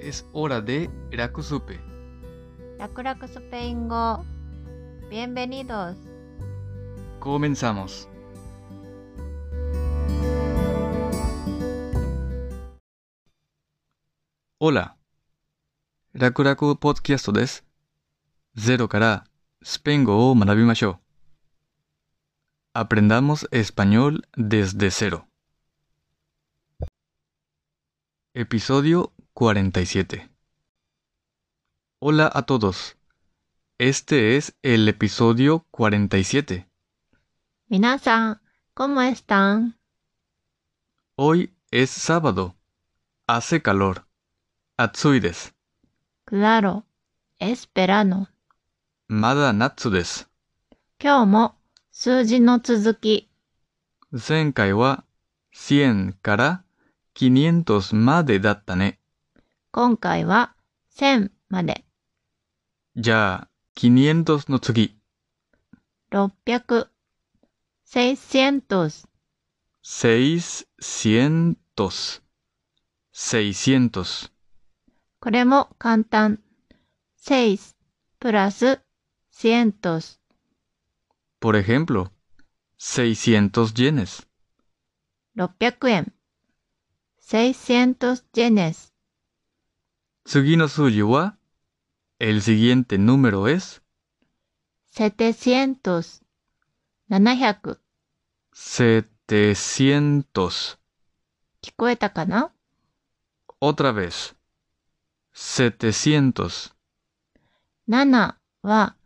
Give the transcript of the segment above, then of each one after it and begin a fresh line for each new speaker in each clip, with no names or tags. Es hora de Rakusupe.
楽々スペイン語 Bienvenidos
Comenzamos. Hola. ラクラクポッドキャストです。ゼロからスペイン語を学びましょう。Aprendamos español desde cero. Episodio 47. Hola a todos. Este es el episodio 47.
皆さん、¿cómo están?
Hoy es sábado. Hace calor. Atsui desu.
Claro, es verano.
Mada natsu desu.
今日も数字の続き、
前回は100から500までだったね。
今回は1000まで
じゃあ、500の次、
600、600、
600、600。
これも簡単。6プラス100
Por ejemplo, 600 yenes.
600円。600ジェネス。
次の数字は、el siguiente número es
700。700。
700.
聞こえたかな
Otra vez. 700.
7は、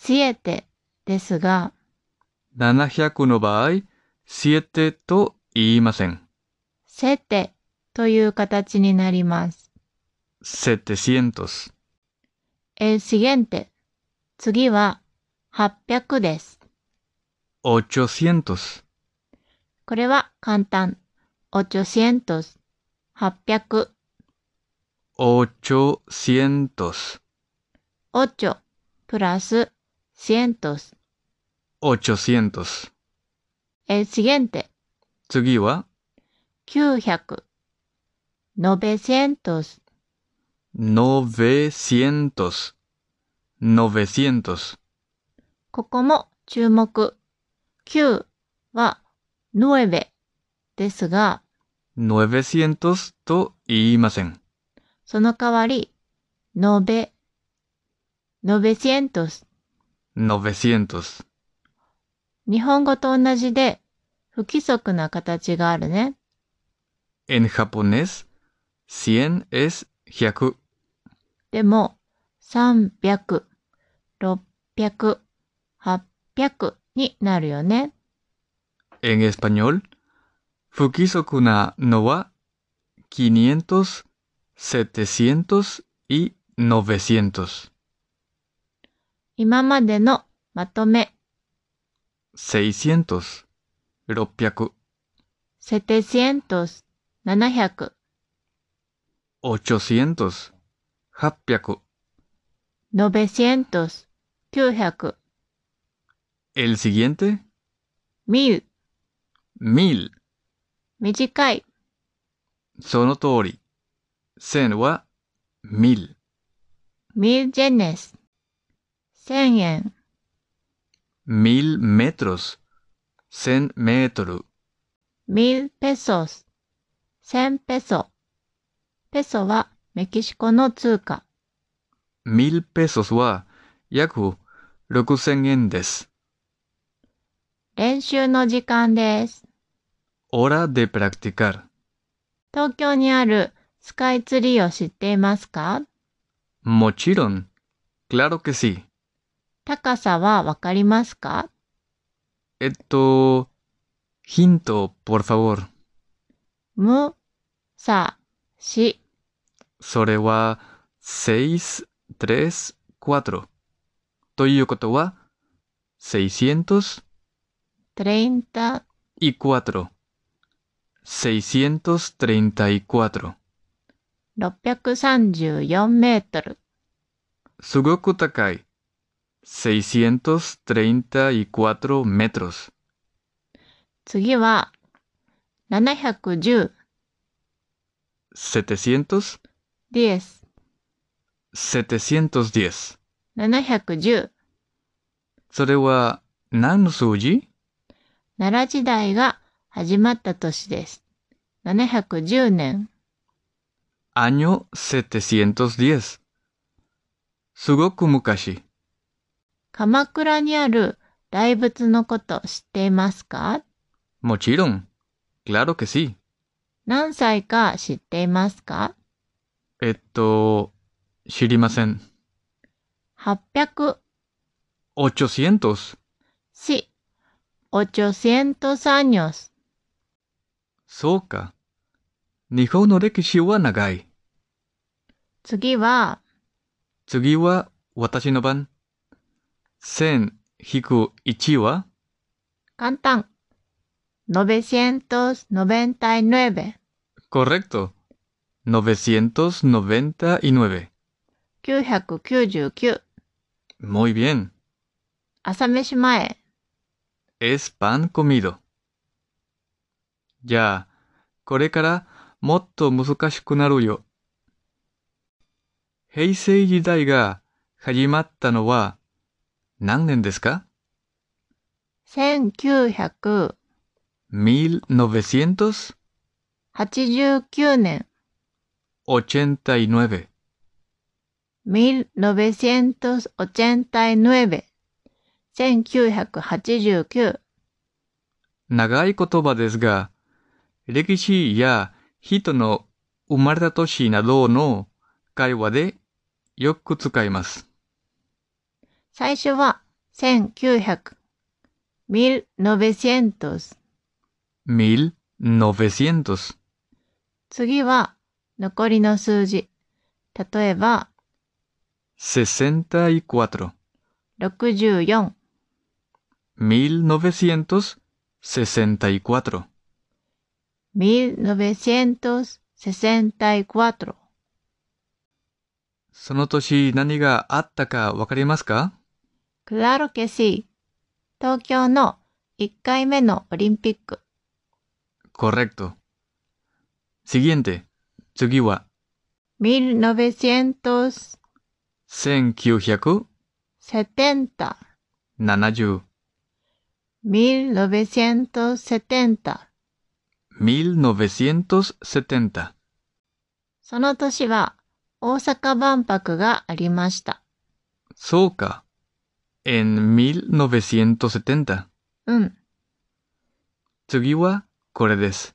シエテですが、
700の場合、7と言いません。
セテという形になります。
700。
え、シゲンテ。次は、800です。
800。
これは簡単。オチョシエントス。800。
800.
オチョ、プラス、シエントス。
800.
え、シゲンテ。
次は、
900。ノベシエントス。
900. 900.
ここも注目。9は、ノエベですが、
900と言いません。
その代わり、延べ、延べシエントス。
900.
日本語と同じで、不規則な形があるね。
En japonés, 100 es 100.
でも、300、600、800になるよね。
En español, fukisoku na no wa 500, 700 y 900.
今までのまとめ、
600, 600,
セテシエントス、700、
800, 800.
ノベシエントス、900、
El siguiente,
ミル、
1000.
短い、
Sono tori. Sen wa 1000.
ミルジェネス、1000円。
1000 metros. Sen metro.
1000ペソス、1000ペソ。ペソはメキシコの通貨。
1000 pesos wa yaku 6000 yen desu.
練習の時間です。
Hora de practicar.
東京にあるスカイツリーを知っていますか
Mochiron. Claro que sí.
高さはわかりますか
Esto. Hinto, por favor.
む、さ、し。
Sore wa 6, 3, 4. ということは、600
トレインタ、
y 4. 634.
634メートル。
Sugoku Takai. 634 metros.
次は、710
700
です。
710。
710。
それは何の数字
奈良時代が始まった年です。710年。
año 710。すごく昔。
鎌倉にある大仏のこと知っていますか
もちろん。claro que sí。
何歳か知っていますか
えっと、知りません。
?800
800。
し、800 años。
そうか。日本の歴史は長い。
次は、
次は私の番。1000-1は
簡単。999。
correcto。999.
999。
Muy bien.
朝飯前。
Es pan comido. じゃあ、これからもっと難しくなるよ。平成時代が始まったのは何年ですか
1989
?1989。
年。1989。1989。
長い言葉ですが、歴史や人の生まれた年などの会話でよく使います。
最初は1900。1900。
1900
次は残りの数字。例えば
64
64。
1964
1964。
その年何があったかわかりますか
クラロケシー。東京の1回目のオリンピック。
Correcto. Siguiente. 次は
1970。
1970
1970。
1970
その年は大阪万博がありました。
そうか。en 1970
うん。
次はこれです。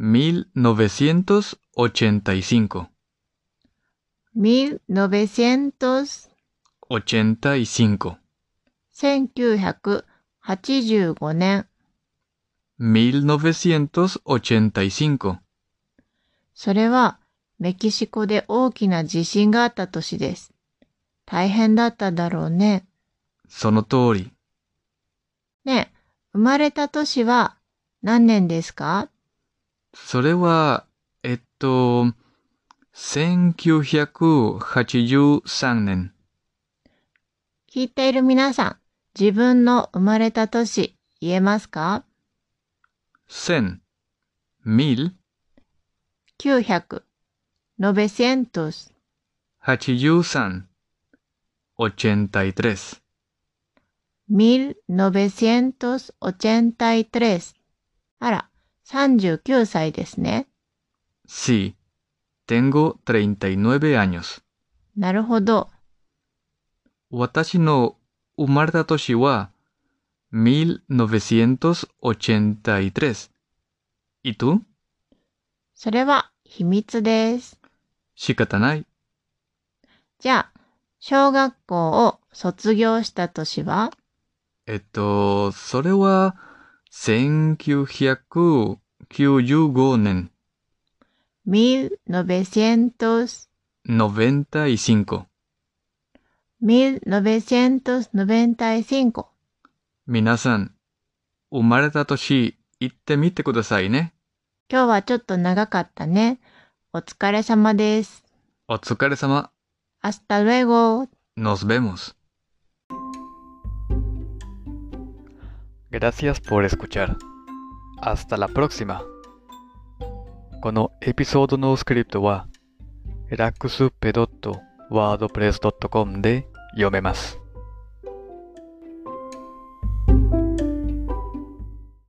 1985
1900。
85
1985年。
1985
それはメキシコで大きな地震があった年です。大変だっただろうね。
その通り。
ねえ、生まれた年は何年ですか
それは、えっと、1983年。
聞いている皆さん、自分の生まれた年言えますか
1000 1000
?900、900、
83 83
1983。あら、39歳ですね。
Sí, tengo 39 años.
なるほど。
私の生まれた年は1983。いと
それは秘密です。
仕方ない。
じゃあ、小学校を卒業した年は
えっと、それは1995年
?1900、
95。
1995。
皆さん、生まれた年言ってみてくださいね。
今日はちょっと長かったね。お疲れ様です。
お疲れ様。
明日 luego!
Nos vemos. Gracias por escuchar. Hasta la próxima. このエピソードのスクリプトはラクスペドットワードプレス .com で読めます。